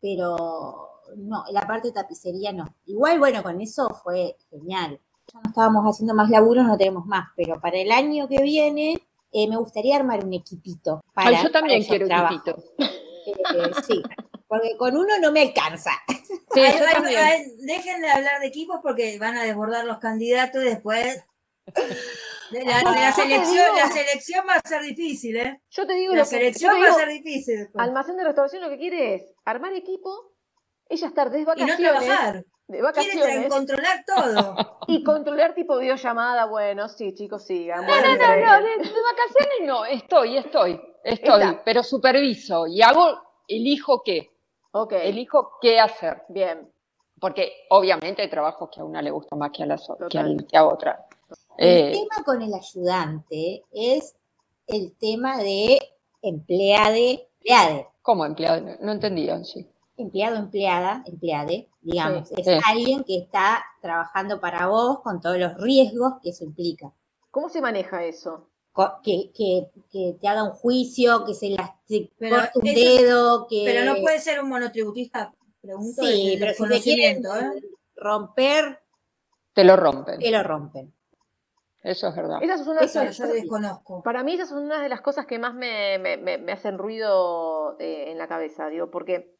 [SPEAKER 2] pero no, la parte de tapicería no. Igual, bueno, con eso fue genial. Ya no estábamos haciendo más laburos, no tenemos más, pero para el año que viene eh, me gustaría armar un equipito. Para,
[SPEAKER 5] Ay, yo
[SPEAKER 2] para
[SPEAKER 5] también
[SPEAKER 2] esos
[SPEAKER 5] quiero
[SPEAKER 2] trabajos.
[SPEAKER 5] equipito.
[SPEAKER 2] Eh, sí, porque con uno no me alcanza.
[SPEAKER 5] Sí,
[SPEAKER 4] Ay,
[SPEAKER 5] yo
[SPEAKER 4] ay,
[SPEAKER 5] también.
[SPEAKER 4] ay, dejen de hablar de equipos porque van a desbordar los candidatos y después. De la, de la
[SPEAKER 3] Yo te
[SPEAKER 4] selección,
[SPEAKER 3] digo.
[SPEAKER 4] la selección va a ser difícil, ¿eh?
[SPEAKER 3] Yo te digo
[SPEAKER 4] La
[SPEAKER 3] lo que yo te
[SPEAKER 4] selección va a
[SPEAKER 3] digo,
[SPEAKER 4] ser difícil después.
[SPEAKER 3] Almacén de restauración lo que quiere es armar equipo, ella estar de
[SPEAKER 4] Y no
[SPEAKER 3] vacaciones,
[SPEAKER 4] trabajar.
[SPEAKER 3] de
[SPEAKER 4] Quieren
[SPEAKER 3] vacaciones
[SPEAKER 4] tra- controlar todo.
[SPEAKER 3] y controlar tipo videollamada, bueno, sí, chicos, sigan.
[SPEAKER 5] No,
[SPEAKER 3] bueno,
[SPEAKER 5] no, no,
[SPEAKER 3] entre-
[SPEAKER 5] no, de, de vacaciones no, estoy, estoy, estoy,
[SPEAKER 3] Está.
[SPEAKER 5] pero superviso y hago, elijo qué,
[SPEAKER 3] Ok,
[SPEAKER 5] elijo qué hacer,
[SPEAKER 3] bien.
[SPEAKER 5] porque obviamente hay trabajos que a una le gusta más que a, las, o- que a,
[SPEAKER 3] Total.
[SPEAKER 5] que a otra.
[SPEAKER 2] El
[SPEAKER 5] Eh,
[SPEAKER 2] tema con el ayudante es el tema de empleade, empleade,
[SPEAKER 5] ¿Cómo empleado? No, no entendí, Angie.
[SPEAKER 2] empleado, empleada, empleade, digamos.
[SPEAKER 3] Sí,
[SPEAKER 2] es
[SPEAKER 5] sí.
[SPEAKER 2] alguien que está trabajando para vos con todos los riesgos que eso implica.
[SPEAKER 3] ¿Cómo se maneja eso?
[SPEAKER 2] Co- Que, que- que te haga un juicio, que se las te
[SPEAKER 4] Pero
[SPEAKER 2] corte un
[SPEAKER 4] eso-
[SPEAKER 2] dedo, que...
[SPEAKER 4] Pero no puede ser un monotributista, pregunto,
[SPEAKER 2] Eh. Sí,
[SPEAKER 4] del
[SPEAKER 2] pero si te quieren
[SPEAKER 4] desconocimiento, ¿eh?
[SPEAKER 2] romper,
[SPEAKER 5] Te lo rompen,
[SPEAKER 2] te lo rompen.
[SPEAKER 5] eso Eh, es verdad.
[SPEAKER 3] Esa es una,
[SPEAKER 2] Eso
[SPEAKER 4] Pero yo desconozco.
[SPEAKER 3] Para mí esas son una de las cosas que más me, me- me- me hacen ruido eh, en la cabeza, digo, porque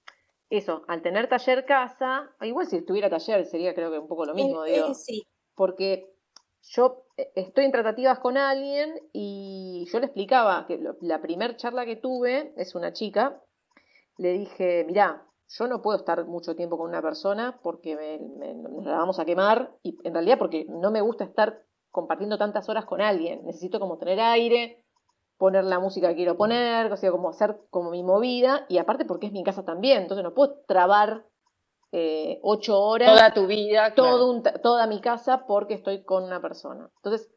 [SPEAKER 3] eso, al tener taller casa, igual si tuviera taller sería creo que un poco lo mismo,
[SPEAKER 2] Eh,
[SPEAKER 3] digo,
[SPEAKER 2] eh, sí,
[SPEAKER 3] porque yo eh, estoy en tratativas con alguien y yo le explicaba que lo- la primer charla que tuve es una chica, le dije, mirá, yo no puedo estar mucho tiempo con una persona porque me- me- nos la vamos a quemar y en realidad porque no me gusta estar compartiendo tantas horas con alguien. Necesito como tener aire, poner la música que quiero poner, o sea, como hacer como mi movida y aparte porque es mi casa también, entonces no puedo trabar eh, ocho horas
[SPEAKER 5] Toda tu vida,
[SPEAKER 3] todo un ta- toda mi casa porque estoy con una persona. Entonces,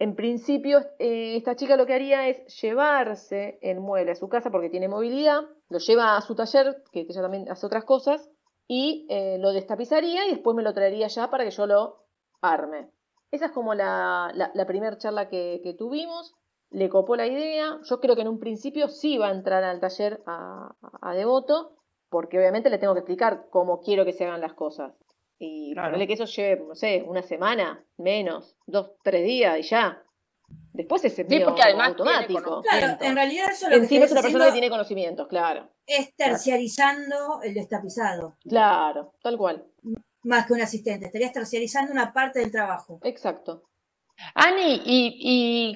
[SPEAKER 3] en principio, eh, esta chica lo que haría es llevarse el mueble a su casa porque tiene movilidad, lo lleva a su taller, que ella también hace otras cosas, y eh, lo destapizaría y después me lo traería ya para que yo lo arme. Esa es como la, la, primera charla que, que tuvimos. Le copó la idea. Yo creo que en un principio sí va a entrar al taller a, a Devoto, porque obviamente le tengo que explicar cómo quiero que se hagan las cosas. Y
[SPEAKER 5] Claro.
[SPEAKER 3] ponerle que eso lleve, no sé, una semana, menos, dos, tres días y ya. Después es
[SPEAKER 5] Sí,
[SPEAKER 3] medio
[SPEAKER 5] porque además tiene
[SPEAKER 3] automático.
[SPEAKER 4] Claro,
[SPEAKER 3] siento.
[SPEAKER 4] en realidad eso lo que
[SPEAKER 3] Encima es
[SPEAKER 4] estás
[SPEAKER 3] una persona que
[SPEAKER 4] haciendo
[SPEAKER 3] tiene conocimientos, claro.
[SPEAKER 4] es terciarizando el destapizado,
[SPEAKER 3] Claro, tal cual.
[SPEAKER 4] más que un asistente. Estarías terciarizando una parte del trabajo.
[SPEAKER 3] Exacto.
[SPEAKER 5] Ani, ¿y,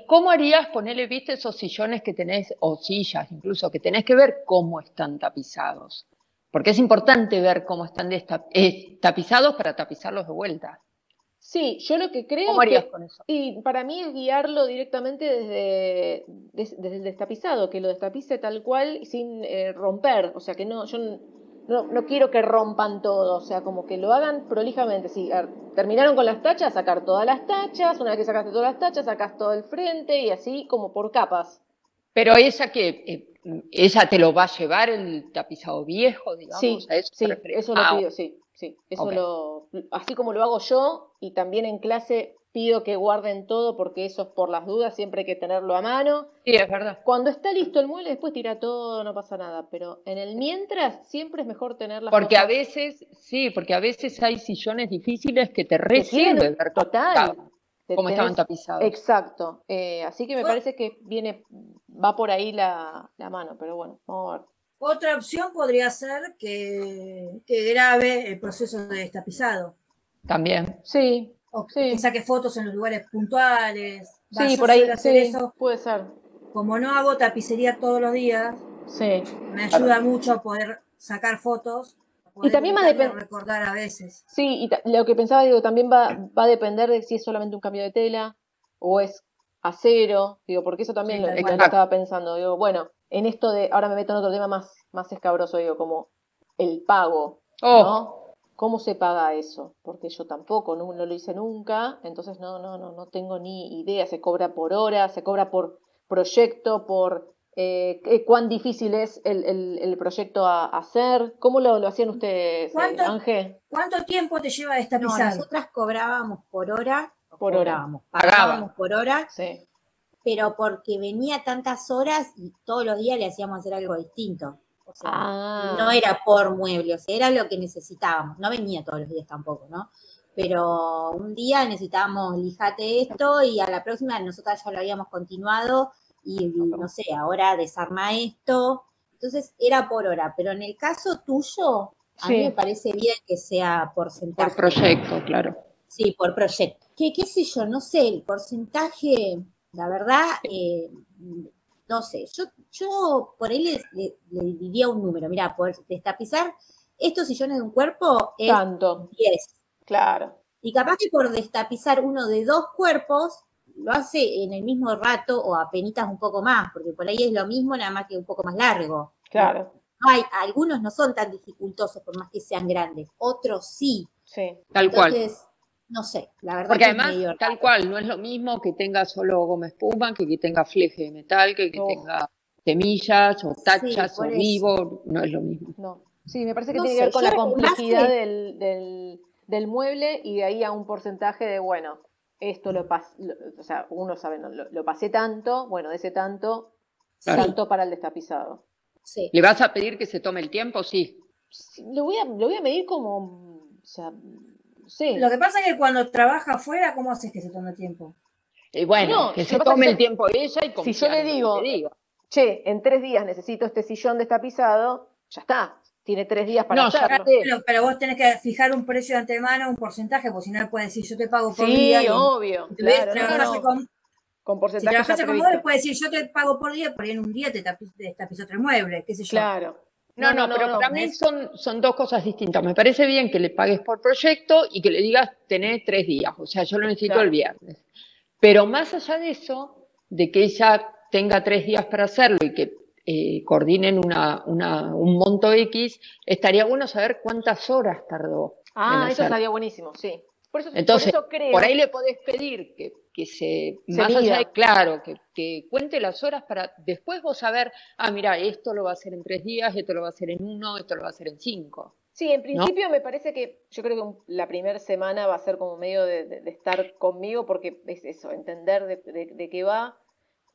[SPEAKER 5] y cómo harías ponerle, viste, esos sillones que tenés, o sillas incluso, que tenés que ver cómo están tapizados? Porque es importante ver cómo están desta- eh, tapizados para tapizarlos de vuelta.
[SPEAKER 3] Sí, yo lo que creo
[SPEAKER 5] ¿Cómo harías
[SPEAKER 3] que-
[SPEAKER 5] con eso?
[SPEAKER 3] Y para mí es guiarlo directamente desde, des- desde el destapizado, que lo destapice tal cual y sin eh, romper. O sea, que no, yo n- no, no quiero que rompan todo, o sea, como que lo hagan prolijamente. Si a- terminaron con las tachas, sacar todas las tachas, una vez que sacaste todas las tachas, sacas todo el frente y así como por capas.
[SPEAKER 5] Pero esa que, eh, esa te lo va a llevar el tapizado viejo, digamos,
[SPEAKER 3] sí,
[SPEAKER 5] a eso te
[SPEAKER 3] sí,
[SPEAKER 5] referís?
[SPEAKER 3] eso lo
[SPEAKER 5] Ah,
[SPEAKER 3] pido, sí, sí. Eso
[SPEAKER 5] Ok.
[SPEAKER 3] lo, así como lo hago yo y también en clase pido que guarden todo porque eso es por las dudas, siempre hay que tenerlo a mano.
[SPEAKER 5] Sí, es verdad.
[SPEAKER 3] Cuando está listo el mueble, después tira todo, no pasa nada. Pero en el mientras, siempre es mejor tener las
[SPEAKER 5] Porque a
[SPEAKER 3] cosas
[SPEAKER 5] veces, sí, porque a veces hay sillones difíciles que
[SPEAKER 3] que
[SPEAKER 5] te
[SPEAKER 3] tienen
[SPEAKER 5] reciben ver cómo
[SPEAKER 3] total.
[SPEAKER 5] estaban,
[SPEAKER 3] Te
[SPEAKER 5] cómo estaban
[SPEAKER 3] tenés-
[SPEAKER 5] tapizados.
[SPEAKER 3] Exacto. Eh, así que me
[SPEAKER 4] Bueno.
[SPEAKER 3] parece que viene, va por ahí la, la mano, pero bueno, vamos a ver.
[SPEAKER 4] Otra opción podría ser que, que grabe el proceso de destapizado.
[SPEAKER 5] También.
[SPEAKER 3] Sí,
[SPEAKER 4] O
[SPEAKER 3] Sí.
[SPEAKER 4] que saque fotos en los lugares puntuales. Va,
[SPEAKER 3] sí,
[SPEAKER 4] yo
[SPEAKER 3] por ahí,
[SPEAKER 4] suelo hacer
[SPEAKER 3] sí,
[SPEAKER 4] eso.
[SPEAKER 3] puede ser.
[SPEAKER 4] Como no hago tapicería todos los días,
[SPEAKER 3] Sí.
[SPEAKER 4] me ayuda mucho poder sacar fotos. poder
[SPEAKER 3] también más
[SPEAKER 4] evitarme
[SPEAKER 3] depen-
[SPEAKER 4] recordar a veces.
[SPEAKER 3] Sí, y ta- lo que pensaba, digo, también va, va a depender de si es solamente un cambio de tela o es acero, digo, porque eso también
[SPEAKER 4] Sí,
[SPEAKER 3] lo,
[SPEAKER 4] tal
[SPEAKER 3] es lo
[SPEAKER 4] cual.
[SPEAKER 3] que estaba pensando, digo, bueno, en esto de, ahora me meto en otro tema más, más escabroso, digo, como el pago,
[SPEAKER 5] Oh,
[SPEAKER 3] ¿no? ¿Cómo se paga eso? Porque yo tampoco, no, no lo hice nunca, entonces no, no, no, no tengo ni idea, se cobra por hora, se cobra por proyecto, por eh, qué- cuán difícil es el, el- el proyecto a a hacer, ¿cómo lo, lo hacían ustedes, eh,
[SPEAKER 4] ¿Cuánto-
[SPEAKER 3] Ángel?
[SPEAKER 4] ¿Cuánto tiempo te lleva
[SPEAKER 2] No,
[SPEAKER 4] destapizar?
[SPEAKER 2] nosotras cobrábamos por hora, o
[SPEAKER 3] Por hora.
[SPEAKER 2] cobrábamos,
[SPEAKER 5] Pagaban.
[SPEAKER 2] pagábamos por hora,
[SPEAKER 3] Sí,
[SPEAKER 2] pero porque venía tantas horas y todos los días le hacíamos hacer algo distinto. O sea,
[SPEAKER 3] Ah.
[SPEAKER 2] no era por mueble, o sea, era lo que necesitábamos. No venía todos los días tampoco, ¿no? Pero un día necesitábamos lijate esto y a la próxima nosotras ya lo habíamos continuado y, y, no sé, ahora desarma esto. Entonces era por hora, pero en el caso tuyo, a mí
[SPEAKER 3] Sí.
[SPEAKER 2] me parece bien que sea porcentaje.
[SPEAKER 5] por proyecto, claro.
[SPEAKER 2] Sí, por proyecto. Que qué sé yo, no sé, el porcentaje, la verdad, eh, no sé. Yo, yo por ahí le, le- le diría un número. Mirá, por destapizar estos sillones de un cuerpo es
[SPEAKER 3] tanto,
[SPEAKER 2] 10.
[SPEAKER 3] claro.
[SPEAKER 2] Y capaz que por destapizar uno de dos cuerpos, lo hace en el mismo rato o apenas un poco más, porque por ahí es lo mismo, nada más que un poco más largo.
[SPEAKER 3] Claro,
[SPEAKER 2] No hay, algunos no son tan dificultosos por más que sean grandes, otros sí.
[SPEAKER 3] sí,
[SPEAKER 5] Tal cual.
[SPEAKER 2] Entonces, no sé, la verdad
[SPEAKER 5] Porque
[SPEAKER 2] que es
[SPEAKER 5] además,
[SPEAKER 2] medio raro.
[SPEAKER 5] tal cual, no es lo mismo que tenga solo goma espuma, que que tenga fleje de metal, que que
[SPEAKER 3] Oh.
[SPEAKER 5] tenga semillas o tachas
[SPEAKER 2] por
[SPEAKER 5] o
[SPEAKER 2] eso.
[SPEAKER 5] vivo, no es lo mismo.
[SPEAKER 3] no. Sí, me parece que
[SPEAKER 2] No
[SPEAKER 3] tiene
[SPEAKER 2] sé,
[SPEAKER 3] que ver con
[SPEAKER 2] yo
[SPEAKER 3] la
[SPEAKER 2] en
[SPEAKER 3] complejidad
[SPEAKER 2] base-
[SPEAKER 3] del, del, del mueble y de ahí a un porcentaje de, bueno, esto lo pasé, o sea, uno sabe, no, lo, lo pasé tanto, bueno, de ese tanto,
[SPEAKER 5] Claro.
[SPEAKER 3] tanto para el destapizado.
[SPEAKER 2] Sí,
[SPEAKER 5] ¿Le vas a pedir que se tome el tiempo? Sí.
[SPEAKER 3] Sí, Lo voy a, lo voy a medir como, o sea, no sé.
[SPEAKER 4] Lo que pasa es que cuando trabaja afuera, ¿cómo haces que se tome tiempo?
[SPEAKER 5] Y Eh, bueno,
[SPEAKER 3] No,
[SPEAKER 5] que
[SPEAKER 3] lo
[SPEAKER 5] se
[SPEAKER 3] que pasa
[SPEAKER 5] tome
[SPEAKER 3] es
[SPEAKER 5] el
[SPEAKER 3] que-
[SPEAKER 5] tiempo ella y confiar
[SPEAKER 3] yo le
[SPEAKER 5] en lo que
[SPEAKER 3] digo-
[SPEAKER 5] te diga.
[SPEAKER 3] Che, en tres días necesito este sillón destapizado, ya está, tiene tres días para
[SPEAKER 5] No, ya
[SPEAKER 3] hacerlo.
[SPEAKER 5] sé.
[SPEAKER 4] Pero, pero vos tenés que fijar un precio de antemano, un porcentaje, porque si no, él puede decir yo te pago por
[SPEAKER 3] Sí,
[SPEAKER 4] día. y-
[SPEAKER 3] obvio,
[SPEAKER 4] si
[SPEAKER 3] claro, no,
[SPEAKER 4] trabajase
[SPEAKER 3] no,
[SPEAKER 4] con-
[SPEAKER 3] con
[SPEAKER 4] si
[SPEAKER 3] porcentaje ya
[SPEAKER 4] trabajase con vos,
[SPEAKER 3] previsto.
[SPEAKER 4] él puede decir yo te pago por día, por ahí en un día te tapi- te destapizó tres muebles, qué sé yo.
[SPEAKER 3] Claro.
[SPEAKER 5] No, no, pero para mí
[SPEAKER 4] ¿ves?
[SPEAKER 5] son, son dos cosas distintas. Me parece bien que le pagues por proyecto y que le digas tenés tres días, o sea, yo lo necesito
[SPEAKER 3] Claro.
[SPEAKER 5] el viernes. Pero más allá de eso, de que ella tenga tres días para hacerlo y que eh, coordinen una, una- un monto X, estaría bueno saber cuántas horas tardó.
[SPEAKER 3] Ah,
[SPEAKER 5] en
[SPEAKER 3] eso
[SPEAKER 5] hacerlo.
[SPEAKER 3] estaría buenísimo, sí. Por eso, por
[SPEAKER 5] Entonces,
[SPEAKER 3] eso creo.
[SPEAKER 5] Por ahí le podés pedir que, que se,
[SPEAKER 3] Se
[SPEAKER 5] más allá
[SPEAKER 3] mida.
[SPEAKER 5] de- claro, que, que cuente las horas para después vos saber, ah, mira, esto lo va a hacer en tres días, esto lo va a hacer en uno, esto lo va a hacer en cinco.
[SPEAKER 3] Sí, en principio me parece que yo creo que un- la primera semana va a ser como medio de, de- de estar conmigo porque es eso, entender de, de- de qué va.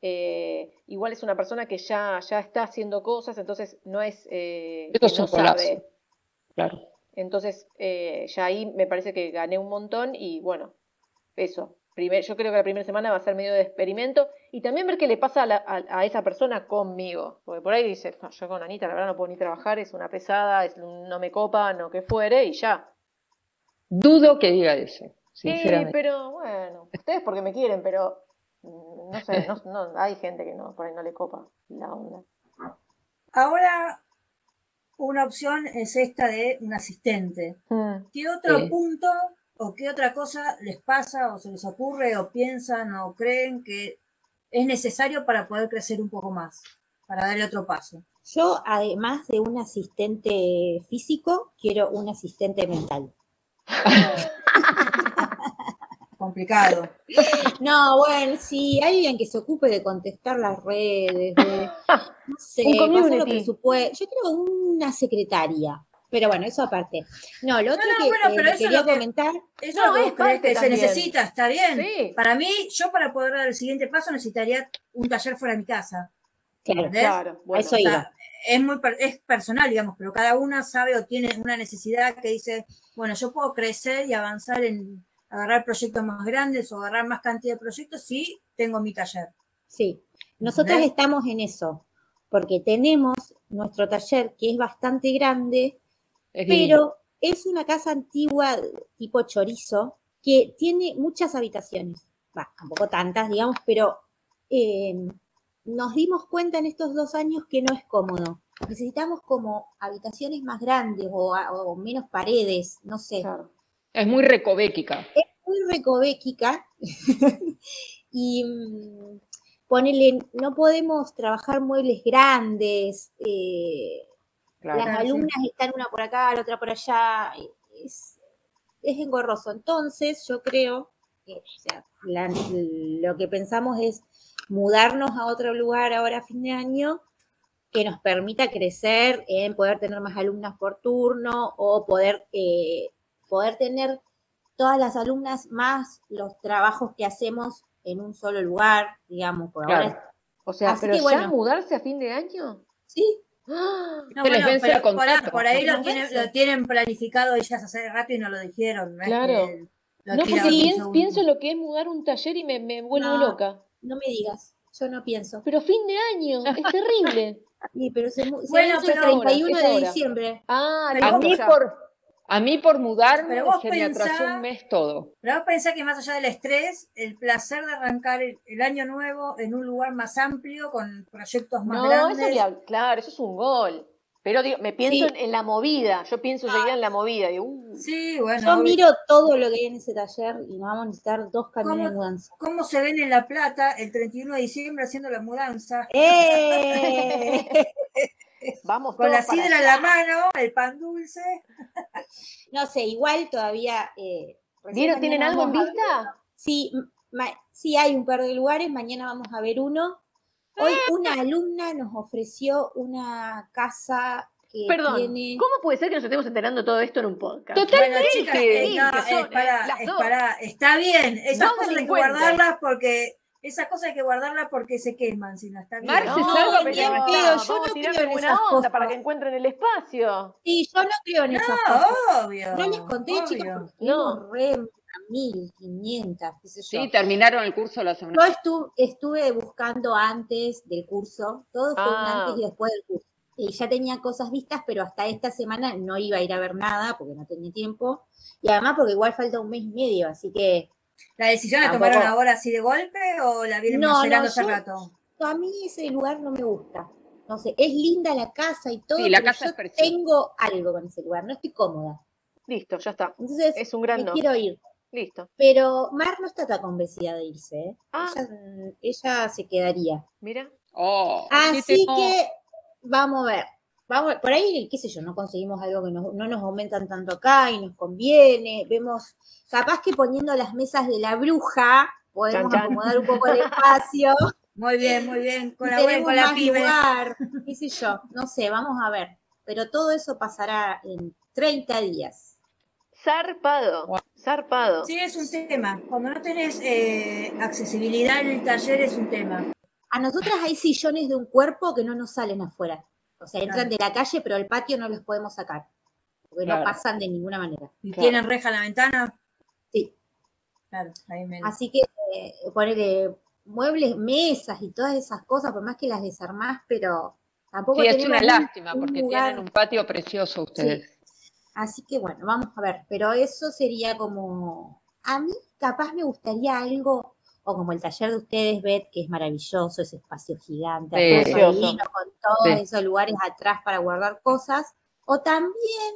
[SPEAKER 3] Eh, igual es una persona que ya, ya está haciendo cosas, entonces no es eh,
[SPEAKER 5] Esto
[SPEAKER 3] que
[SPEAKER 5] es
[SPEAKER 3] no
[SPEAKER 5] un colapso.
[SPEAKER 3] sabe.
[SPEAKER 5] Claro.
[SPEAKER 3] Entonces eh, ya ahí me parece que gané un montón y bueno, eso. Primer, yo creo que la primera semana va a ser medio de experimento y también ver qué le pasa a, la- a- a esa persona conmigo. Porque por ahí dice, "No, yo con Anita la verdad no puedo ni trabajar, es una pesada, es, un- no me copa, no que fuere y ya.
[SPEAKER 5] Dudo que diga eso,
[SPEAKER 3] Sí,
[SPEAKER 5] sinceramente.
[SPEAKER 3] pero bueno, ustedes porque me quieren, pero mm, no sé, no, no- hay gente que no, por ahí no le copa la onda.
[SPEAKER 4] Ahora, una opción es esta de un asistente.
[SPEAKER 3] Mm.
[SPEAKER 4] ¿Qué otro
[SPEAKER 5] Sí.
[SPEAKER 4] punto o qué otra cosa les pasa o se les ocurre o piensan o creen que es necesario para poder crecer un poco más, para darle otro paso?
[SPEAKER 2] Yo, además de un asistente físico, quiero un asistente mental.
[SPEAKER 4] Complicado.
[SPEAKER 2] No, bueno, sí, alguien que se ocupe de contestar las redes, de, no sé,
[SPEAKER 3] Un
[SPEAKER 2] pasar los
[SPEAKER 3] community.
[SPEAKER 2] presupuestos. Yo quiero una secretaria. Pero bueno, eso aparte. No, lo otro
[SPEAKER 4] no,
[SPEAKER 2] que
[SPEAKER 4] bueno,
[SPEAKER 2] eh,
[SPEAKER 4] pero eso
[SPEAKER 2] quería
[SPEAKER 4] es lo que-
[SPEAKER 2] comentar,
[SPEAKER 4] Eso
[SPEAKER 3] No,
[SPEAKER 4] es lo que
[SPEAKER 3] es
[SPEAKER 4] vos crees
[SPEAKER 3] parte
[SPEAKER 4] que
[SPEAKER 3] también.
[SPEAKER 4] se necesita, está bien.
[SPEAKER 3] Sí,
[SPEAKER 4] Para mí, yo para poder dar el siguiente paso necesitaría un taller fuera de mi casa.
[SPEAKER 2] claro,
[SPEAKER 4] ¿Entendés?
[SPEAKER 3] claro, bueno,
[SPEAKER 2] eso
[SPEAKER 4] O sea,
[SPEAKER 2] iba.
[SPEAKER 4] es muy per- es personal, digamos, pero cada una sabe o tiene una necesidad que dice, bueno, yo puedo crecer y avanzar en agarrar proyectos más grandes o agarrar más cantidad de proyectos si tengo mi taller.
[SPEAKER 2] Sí, nosotras
[SPEAKER 4] ¿Ves?
[SPEAKER 2] estamos en eso, porque tenemos nuestro taller que es bastante grande,
[SPEAKER 5] Es lindo.
[SPEAKER 2] pero es una casa antigua tipo chorizo que tiene muchas habitaciones. Va, tampoco tantas, digamos, pero eh, nos dimos cuenta en estos dos años que no es cómodo. Necesitamos como habitaciones más grandes o, a- o menos paredes, no sé.
[SPEAKER 3] claro.
[SPEAKER 5] es muy recobéquica.
[SPEAKER 2] Muy recoveckica y mm, ponele, no podemos trabajar muebles grandes, eh,
[SPEAKER 5] Claro.
[SPEAKER 2] las alumnas están una por acá, la otra por allá, es, es engorroso. Entonces, yo creo que o sea, la- lo que pensamos es mudarnos a otro lugar ahora a fin de año que nos permita crecer en poder tener más alumnas por turno o poder, eh, poder tener todas las alumnas más los trabajos que hacemos en un solo lugar, digamos, por ahora.
[SPEAKER 5] Claro.
[SPEAKER 2] es-
[SPEAKER 3] O sea,
[SPEAKER 2] Así
[SPEAKER 3] pero
[SPEAKER 2] que
[SPEAKER 3] ya
[SPEAKER 2] bueno.
[SPEAKER 3] mudarse a fin de año.
[SPEAKER 2] Sí,
[SPEAKER 3] ¡Ah!
[SPEAKER 4] No,
[SPEAKER 5] Se les
[SPEAKER 4] bueno,
[SPEAKER 5] vence
[SPEAKER 4] pero
[SPEAKER 5] el
[SPEAKER 4] por, a-
[SPEAKER 5] contrato.
[SPEAKER 4] por ahí
[SPEAKER 2] Se
[SPEAKER 4] lo
[SPEAKER 2] les
[SPEAKER 4] tienen,
[SPEAKER 2] vence.
[SPEAKER 4] lo tienen planificado ellas hace rato y no lo dijeron. No es
[SPEAKER 3] Claro.
[SPEAKER 4] que lo
[SPEAKER 3] No,
[SPEAKER 4] tiraron
[SPEAKER 3] porque
[SPEAKER 4] un
[SPEAKER 3] pienso,
[SPEAKER 4] segundo.
[SPEAKER 3] pienso lo que es mudar un taller y me, me vuelvo
[SPEAKER 2] No.
[SPEAKER 3] loca.
[SPEAKER 2] no me digas, yo no pienso.
[SPEAKER 3] Pero fin de año, es terrible.
[SPEAKER 2] Sí, pero se, mu- se
[SPEAKER 4] Bueno,
[SPEAKER 2] vence el
[SPEAKER 4] pero ahora,
[SPEAKER 2] 31
[SPEAKER 3] es
[SPEAKER 2] de
[SPEAKER 3] ahora.
[SPEAKER 2] diciembre.
[SPEAKER 3] Ah,
[SPEAKER 4] Pero
[SPEAKER 5] A
[SPEAKER 4] vos-
[SPEAKER 3] tanto
[SPEAKER 5] mí,
[SPEAKER 3] ya.
[SPEAKER 5] por, a mí por mudarme
[SPEAKER 4] Pero vos
[SPEAKER 5] se me atrasó
[SPEAKER 4] pensá-
[SPEAKER 5] un mes todo.
[SPEAKER 4] Pero vos pensás que más allá del estrés, el placer de arrancar el, el año nuevo en un lugar más amplio, con proyectos más
[SPEAKER 3] No,
[SPEAKER 4] grandes.
[SPEAKER 3] eso que hab- claro, eso es un gol. Pero digo, me pienso
[SPEAKER 2] Sí.
[SPEAKER 3] en, en la movida, yo pienso seguir en la movida. Digo, uh,
[SPEAKER 4] Sí, bueno.
[SPEAKER 2] Yo
[SPEAKER 4] obvio.
[SPEAKER 2] miro todo lo que hay en ese taller y nos vamos a necesitar dos camiones
[SPEAKER 4] ¿Cómo?
[SPEAKER 2] de mudanza.
[SPEAKER 4] ¿Cómo se ven en La Plata el 31 de diciembre haciendo la mudanza?
[SPEAKER 2] ¡Eh!
[SPEAKER 3] vamos
[SPEAKER 4] Con la
[SPEAKER 3] todos para
[SPEAKER 4] sidra en
[SPEAKER 3] allá.
[SPEAKER 4] la mano, el pan dulce.
[SPEAKER 2] No sé, igual todavía. Eh, recién mañana
[SPEAKER 3] ¿Vieron? ¿Tienen algo en
[SPEAKER 2] vamos a-
[SPEAKER 3] vista?
[SPEAKER 2] Sí, ma- sí, hay un par de lugares, mañana vamos a ver uno. Hoy
[SPEAKER 3] Ah.
[SPEAKER 2] una alumna nos ofreció una casa que
[SPEAKER 3] Perdón,
[SPEAKER 2] tiene.
[SPEAKER 3] ¿cómo puede ser que nos estemos enterando todo esto en un podcast?
[SPEAKER 5] Totalmente.
[SPEAKER 4] Bueno, chicas, eh, no,
[SPEAKER 3] Sí, que son,
[SPEAKER 4] es para,
[SPEAKER 3] eh, las
[SPEAKER 4] es
[SPEAKER 3] dos.
[SPEAKER 4] para- está bien. Esas
[SPEAKER 3] Dos
[SPEAKER 4] cosas hay que
[SPEAKER 3] delincuentes.
[SPEAKER 4] guardarlas porque, esas cosas hay que guardarlas porque se queman, si no está bien.
[SPEAKER 5] Mar se
[SPEAKER 3] No,
[SPEAKER 5] salva,
[SPEAKER 2] ni
[SPEAKER 3] pero
[SPEAKER 2] en
[SPEAKER 3] no,
[SPEAKER 2] pedo, yo
[SPEAKER 3] vamos
[SPEAKER 2] no
[SPEAKER 3] a tirar
[SPEAKER 2] creo en
[SPEAKER 3] buena
[SPEAKER 2] esas
[SPEAKER 3] onda
[SPEAKER 2] cosas.
[SPEAKER 3] para que encuentren el espacio.
[SPEAKER 2] Sí, yo no creo en esas
[SPEAKER 4] No,
[SPEAKER 2] cosas.
[SPEAKER 4] obvio.
[SPEAKER 2] No les conté, chicas,
[SPEAKER 4] obvio.
[SPEAKER 2] porque
[SPEAKER 3] No.
[SPEAKER 2] no. re a 1500, qué sé yo.
[SPEAKER 5] Sí, terminaron el curso la semana
[SPEAKER 2] Yo estu- estuve buscando antes del curso, todo fue un
[SPEAKER 3] Ah.
[SPEAKER 2] antes y después del curso. Y ya tenía cosas vistas, pero hasta esta semana no iba a ir a ver nada porque no tenía tiempo. Y además porque igual falta un mes y medio, así que
[SPEAKER 4] ¿La decisión la
[SPEAKER 3] Tampoco.
[SPEAKER 4] tomaron ahora así de golpe o la vienen
[SPEAKER 2] No, no,
[SPEAKER 4] macerando hace
[SPEAKER 2] yo-
[SPEAKER 4] rato?
[SPEAKER 2] a mí ese lugar no me gusta. No sé, es linda la casa y todo,
[SPEAKER 5] Sí, la
[SPEAKER 2] pero
[SPEAKER 5] casa es
[SPEAKER 2] yo
[SPEAKER 5] preciosa.
[SPEAKER 2] tengo algo con ese lugar, no estoy cómoda.
[SPEAKER 3] Listo, ya está.
[SPEAKER 2] Entonces,
[SPEAKER 3] Es un gran
[SPEAKER 2] me
[SPEAKER 3] no.
[SPEAKER 2] quiero ir.
[SPEAKER 3] Listo.
[SPEAKER 2] Pero Mar no está tan convencida de irse, ¿eh?
[SPEAKER 3] Ah.
[SPEAKER 2] Ella, ella se quedaría.
[SPEAKER 3] Mira.
[SPEAKER 5] Oh, sí
[SPEAKER 2] Así
[SPEAKER 5] tengo-
[SPEAKER 2] que vamos a ver. Vamos, a ver, por ahí, qué sé yo, no conseguimos algo que nos- no nos aumentan tanto acá y nos conviene. Vemos, capaz que poniendo las mesas de la bruja podemos
[SPEAKER 3] Chan, chan.
[SPEAKER 2] acomodar un poco el espacio.
[SPEAKER 4] Muy bien, muy bien.
[SPEAKER 2] y
[SPEAKER 4] Colaboren
[SPEAKER 2] tenemos
[SPEAKER 4] con la
[SPEAKER 2] más
[SPEAKER 4] pibe.
[SPEAKER 2] lugar, qué sé yo, no sé, vamos a ver. Pero todo eso pasará en 30 días.
[SPEAKER 3] Zarpado. Zarpado.
[SPEAKER 4] Sí, es un tema. Cuando no tenés eh, accesibilidad en el taller es un tema.
[SPEAKER 2] A nosotras hay sillones de un cuerpo que no nos salen afuera. O sea, entran
[SPEAKER 4] Claro.
[SPEAKER 2] de la calle, pero al patio no los podemos sacar. Porque
[SPEAKER 5] Claro.
[SPEAKER 2] no pasan de ninguna manera.
[SPEAKER 4] ¿Y
[SPEAKER 5] Claro.
[SPEAKER 4] tienen reja en la ventana?
[SPEAKER 2] Sí.
[SPEAKER 4] Claro, ahí me...
[SPEAKER 2] Así que eh, ponerle muebles, mesas y todas esas cosas, por más que las desarmás, pero tampoco
[SPEAKER 5] Sí, es
[SPEAKER 2] tenemos
[SPEAKER 5] una
[SPEAKER 2] un-
[SPEAKER 5] lástima
[SPEAKER 2] un
[SPEAKER 5] porque
[SPEAKER 2] lugar.
[SPEAKER 5] tienen un patio precioso ustedes.
[SPEAKER 2] Así que bueno, vamos a ver, pero eso sería como a mí capaz me gustaría algo o como el taller de ustedes, Beth, que es maravilloso, ese espacio gigante,
[SPEAKER 5] Sí.
[SPEAKER 2] hermoso,
[SPEAKER 3] Precioso.
[SPEAKER 2] divino, con todos
[SPEAKER 5] Sí.
[SPEAKER 2] esos lugares atrás para guardar cosas, o también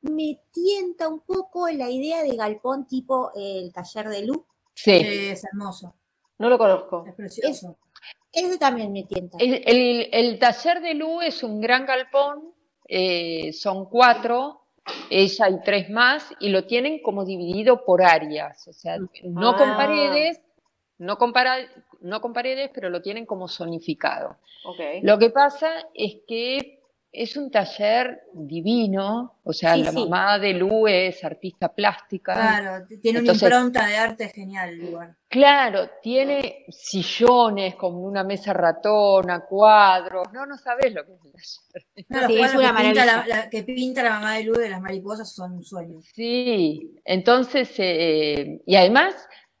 [SPEAKER 2] me tienta un poco la idea de galpón tipo eh, el taller de luz,
[SPEAKER 5] Sí.
[SPEAKER 4] Sí, es hermoso,
[SPEAKER 3] No lo conozco.
[SPEAKER 4] es precioso.
[SPEAKER 2] ese también me tienta.
[SPEAKER 5] El, el- el taller de Lu es un gran galpón, eh, son cuatro, ella y tres más, y lo tienen como dividido por áreas, o sea, no con
[SPEAKER 3] Ah.
[SPEAKER 5] paredes, no con, para- no con paredes, pero lo tienen como zonificado.
[SPEAKER 3] Ok.
[SPEAKER 5] Lo que pasa es que es un taller divino, o sea,
[SPEAKER 2] Sí,
[SPEAKER 5] la
[SPEAKER 2] sí.
[SPEAKER 5] mamá de Lu es artista plástica,
[SPEAKER 4] Claro, t- tiene
[SPEAKER 5] Entonces-
[SPEAKER 4] una impronta de arte genial el lugar.
[SPEAKER 5] Claro, tiene sillones con una mesa ratona, cuadros. No, no sabés lo que es el taller.
[SPEAKER 4] No, los
[SPEAKER 2] Sí, es
[SPEAKER 4] cuadros
[SPEAKER 2] una
[SPEAKER 4] que, pinta la,
[SPEAKER 2] maravilla.
[SPEAKER 4] la- que pinta la mamá de Luz de las mariposas son un sueño.
[SPEAKER 5] Sí, entonces, eh, y además,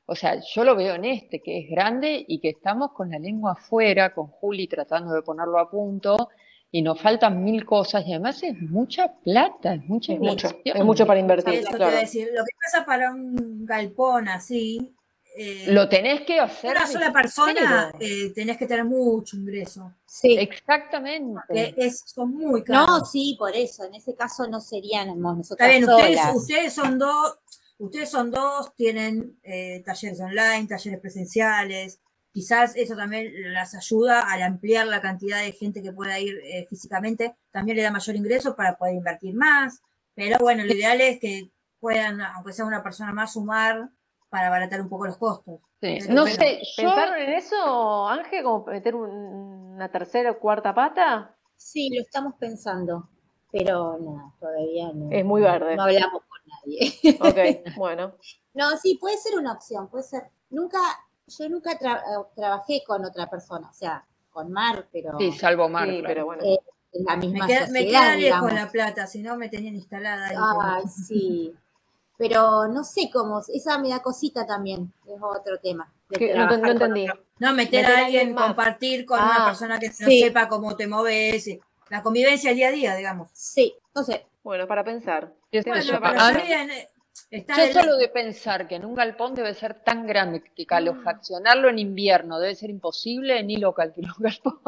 [SPEAKER 5] o sea, yo lo veo en este, que es grande y que estamos con la lengua afuera, con Juli tratando de ponerlo a punto, y nos faltan mil cosas, y además es mucha plata, es mucha
[SPEAKER 3] Es mucho.
[SPEAKER 5] inversión.
[SPEAKER 3] Es mucho para invertir.
[SPEAKER 4] Eso te
[SPEAKER 3] claro.
[SPEAKER 4] voy a decir, lo que pasa para un galpón así, eh,
[SPEAKER 5] Lo tenés que hacer
[SPEAKER 4] una
[SPEAKER 5] de
[SPEAKER 4] sola persona
[SPEAKER 5] cero.
[SPEAKER 4] eh, tenés que tener mucho ingreso.
[SPEAKER 2] Sí.
[SPEAKER 5] Exactamente.
[SPEAKER 4] que Eh, es- son muy caros.
[SPEAKER 2] No, sí, por eso. En ese caso no serían nosotros
[SPEAKER 4] Está bien,
[SPEAKER 2] solas.
[SPEAKER 4] ustedes, ustedes son dos, Ustedes son dos, tienen eh, talleres online, talleres presenciales. Quizás eso también las ayuda al ampliar la cantidad de gente que pueda ir eh, físicamente. También le da mayor ingreso para poder invertir más. Pero bueno, lo ideal es que puedan, aunque sea una persona más, sumar para abaratar un poco los costos.
[SPEAKER 5] Sí.
[SPEAKER 4] Pero
[SPEAKER 5] No
[SPEAKER 4] eh, bueno,
[SPEAKER 5] sé, yo-
[SPEAKER 3] ¿Pensaron en eso, Ángel, como meter un- una tercera o cuarta pata?
[SPEAKER 2] Sí, lo estamos pensando, pero no, todavía no.
[SPEAKER 3] Es muy verde.
[SPEAKER 2] No hablamos con nadie.
[SPEAKER 3] Ok, bueno.
[SPEAKER 2] No, sí, puede ser una opción, puede ser. Nunca, yo nunca tra- eh, trabajé con otra persona, o sea, con Mar, pero
[SPEAKER 5] Sí, salvo Mar.
[SPEAKER 3] Sí,
[SPEAKER 5] claro.
[SPEAKER 3] pero bueno.
[SPEAKER 2] Eh, en la
[SPEAKER 4] Me
[SPEAKER 2] misma
[SPEAKER 4] queda,
[SPEAKER 2] sociedad,
[SPEAKER 4] me queda lejos
[SPEAKER 2] digamos.
[SPEAKER 4] la plata, si no me tenían instalada. ahí.
[SPEAKER 2] Ay, sí. Pero no sé cómo, esa me da cosita también, es otro tema. de
[SPEAKER 3] Que- no,
[SPEAKER 2] trabajar
[SPEAKER 3] no
[SPEAKER 2] con
[SPEAKER 3] entendí.
[SPEAKER 2] otro.
[SPEAKER 4] No, meter,
[SPEAKER 3] Meter
[SPEAKER 4] a
[SPEAKER 3] a
[SPEAKER 4] alguien,
[SPEAKER 3] alguien más.
[SPEAKER 4] compartir con
[SPEAKER 3] Ah,
[SPEAKER 4] una persona que no
[SPEAKER 2] sí.
[SPEAKER 4] sepa cómo te moves. y- La convivencia día a día, digamos.
[SPEAKER 2] Sí, no sé.
[SPEAKER 3] Bueno, para pensar.
[SPEAKER 5] Qué sé
[SPEAKER 4] Bueno,
[SPEAKER 5] yo,
[SPEAKER 4] pero
[SPEAKER 5] a
[SPEAKER 4] está
[SPEAKER 5] mí-
[SPEAKER 4] bien, eh, está
[SPEAKER 5] Yo
[SPEAKER 4] del- Ah.
[SPEAKER 5] solo de pensar que en un galpón debe ser tan grande que calefaccionarlo en invierno debe ser imposible, ni lo calculo un galpón.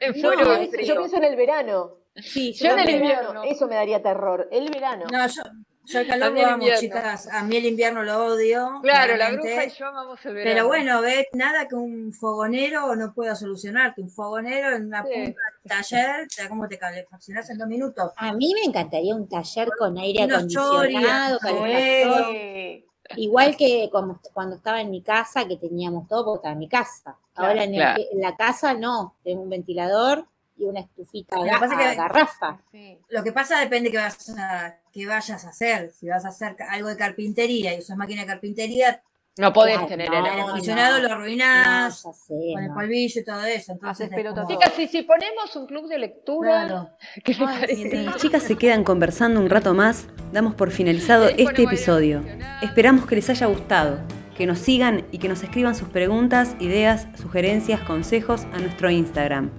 [SPEAKER 5] Me
[SPEAKER 3] No,
[SPEAKER 5] muero de
[SPEAKER 3] es-
[SPEAKER 5] frío.
[SPEAKER 3] yo pienso en el verano.
[SPEAKER 2] Sí,
[SPEAKER 5] Yo
[SPEAKER 3] Yo en el
[SPEAKER 5] también.
[SPEAKER 3] invierno. Eso me daría terror. El verano.
[SPEAKER 4] No, yo, yo el
[SPEAKER 5] A
[SPEAKER 4] calor
[SPEAKER 5] mí
[SPEAKER 4] lo
[SPEAKER 5] el
[SPEAKER 4] amo,
[SPEAKER 5] invierno.
[SPEAKER 4] chicas. A mí el invierno lo odio.
[SPEAKER 5] Claro, la
[SPEAKER 4] claramente.
[SPEAKER 5] bruja y yo amamos el verano.
[SPEAKER 4] Pero bueno, ves, nada que un fogonero no pueda solucionarte. Un fogonero en una
[SPEAKER 5] Sí.
[SPEAKER 4] punta del taller, ya como te calefaccionás en dos minutos.
[SPEAKER 2] A mí me encantaría un taller con aire
[SPEAKER 4] Unos
[SPEAKER 2] acondicionado,
[SPEAKER 4] choris,
[SPEAKER 2] calefacción.
[SPEAKER 4] eh.
[SPEAKER 3] Sí.
[SPEAKER 2] Igual que como- cuando estaba en mi casa, que teníamos todo, porque estaba en mi casa.
[SPEAKER 3] Claro,
[SPEAKER 2] Ahora en, el-
[SPEAKER 5] claro.
[SPEAKER 2] en la casa no, tengo un ventilador y una estufita a
[SPEAKER 4] Lo que
[SPEAKER 2] ga-
[SPEAKER 4] pasa es
[SPEAKER 2] a
[SPEAKER 4] que-
[SPEAKER 2] garrafa.
[SPEAKER 3] Sí.
[SPEAKER 4] Lo que pasa depende que vas a, que vayas a hacer. Si vas a hacer ca- algo de carpintería y usas máquina de carpintería,
[SPEAKER 5] no podés
[SPEAKER 2] Claro,
[SPEAKER 5] tener
[SPEAKER 2] no,
[SPEAKER 5] el
[SPEAKER 4] el aire
[SPEAKER 5] agua.
[SPEAKER 4] acondicionado
[SPEAKER 2] no.
[SPEAKER 4] lo arruinás
[SPEAKER 2] No, ya sé,
[SPEAKER 4] con el
[SPEAKER 2] no.
[SPEAKER 4] polvillo y todo eso. Entonces,
[SPEAKER 3] Haces pelotas.
[SPEAKER 4] como-
[SPEAKER 5] Chicas, y si ponemos un club de lectura,
[SPEAKER 4] Claro.
[SPEAKER 5] ¿qué les
[SPEAKER 4] Ay,
[SPEAKER 5] parece?
[SPEAKER 4] sí.
[SPEAKER 1] Las chicas se quedan conversando un rato más, damos por finalizado
[SPEAKER 5] Ahí
[SPEAKER 1] este
[SPEAKER 5] ponemos aire
[SPEAKER 1] episodio.
[SPEAKER 5] acondicionado.
[SPEAKER 1] Esperamos que les haya gustado, que nos sigan y que nos escriban sus preguntas, ideas, sugerencias, consejos a nuestro Instagram.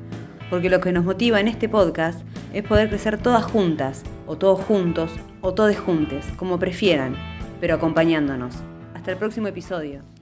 [SPEAKER 1] Porque lo que nos motiva en este podcast es poder crecer todas juntas, o todos juntos, o todes juntes, como prefieran, pero acompañándonos. Hasta el próximo episodio.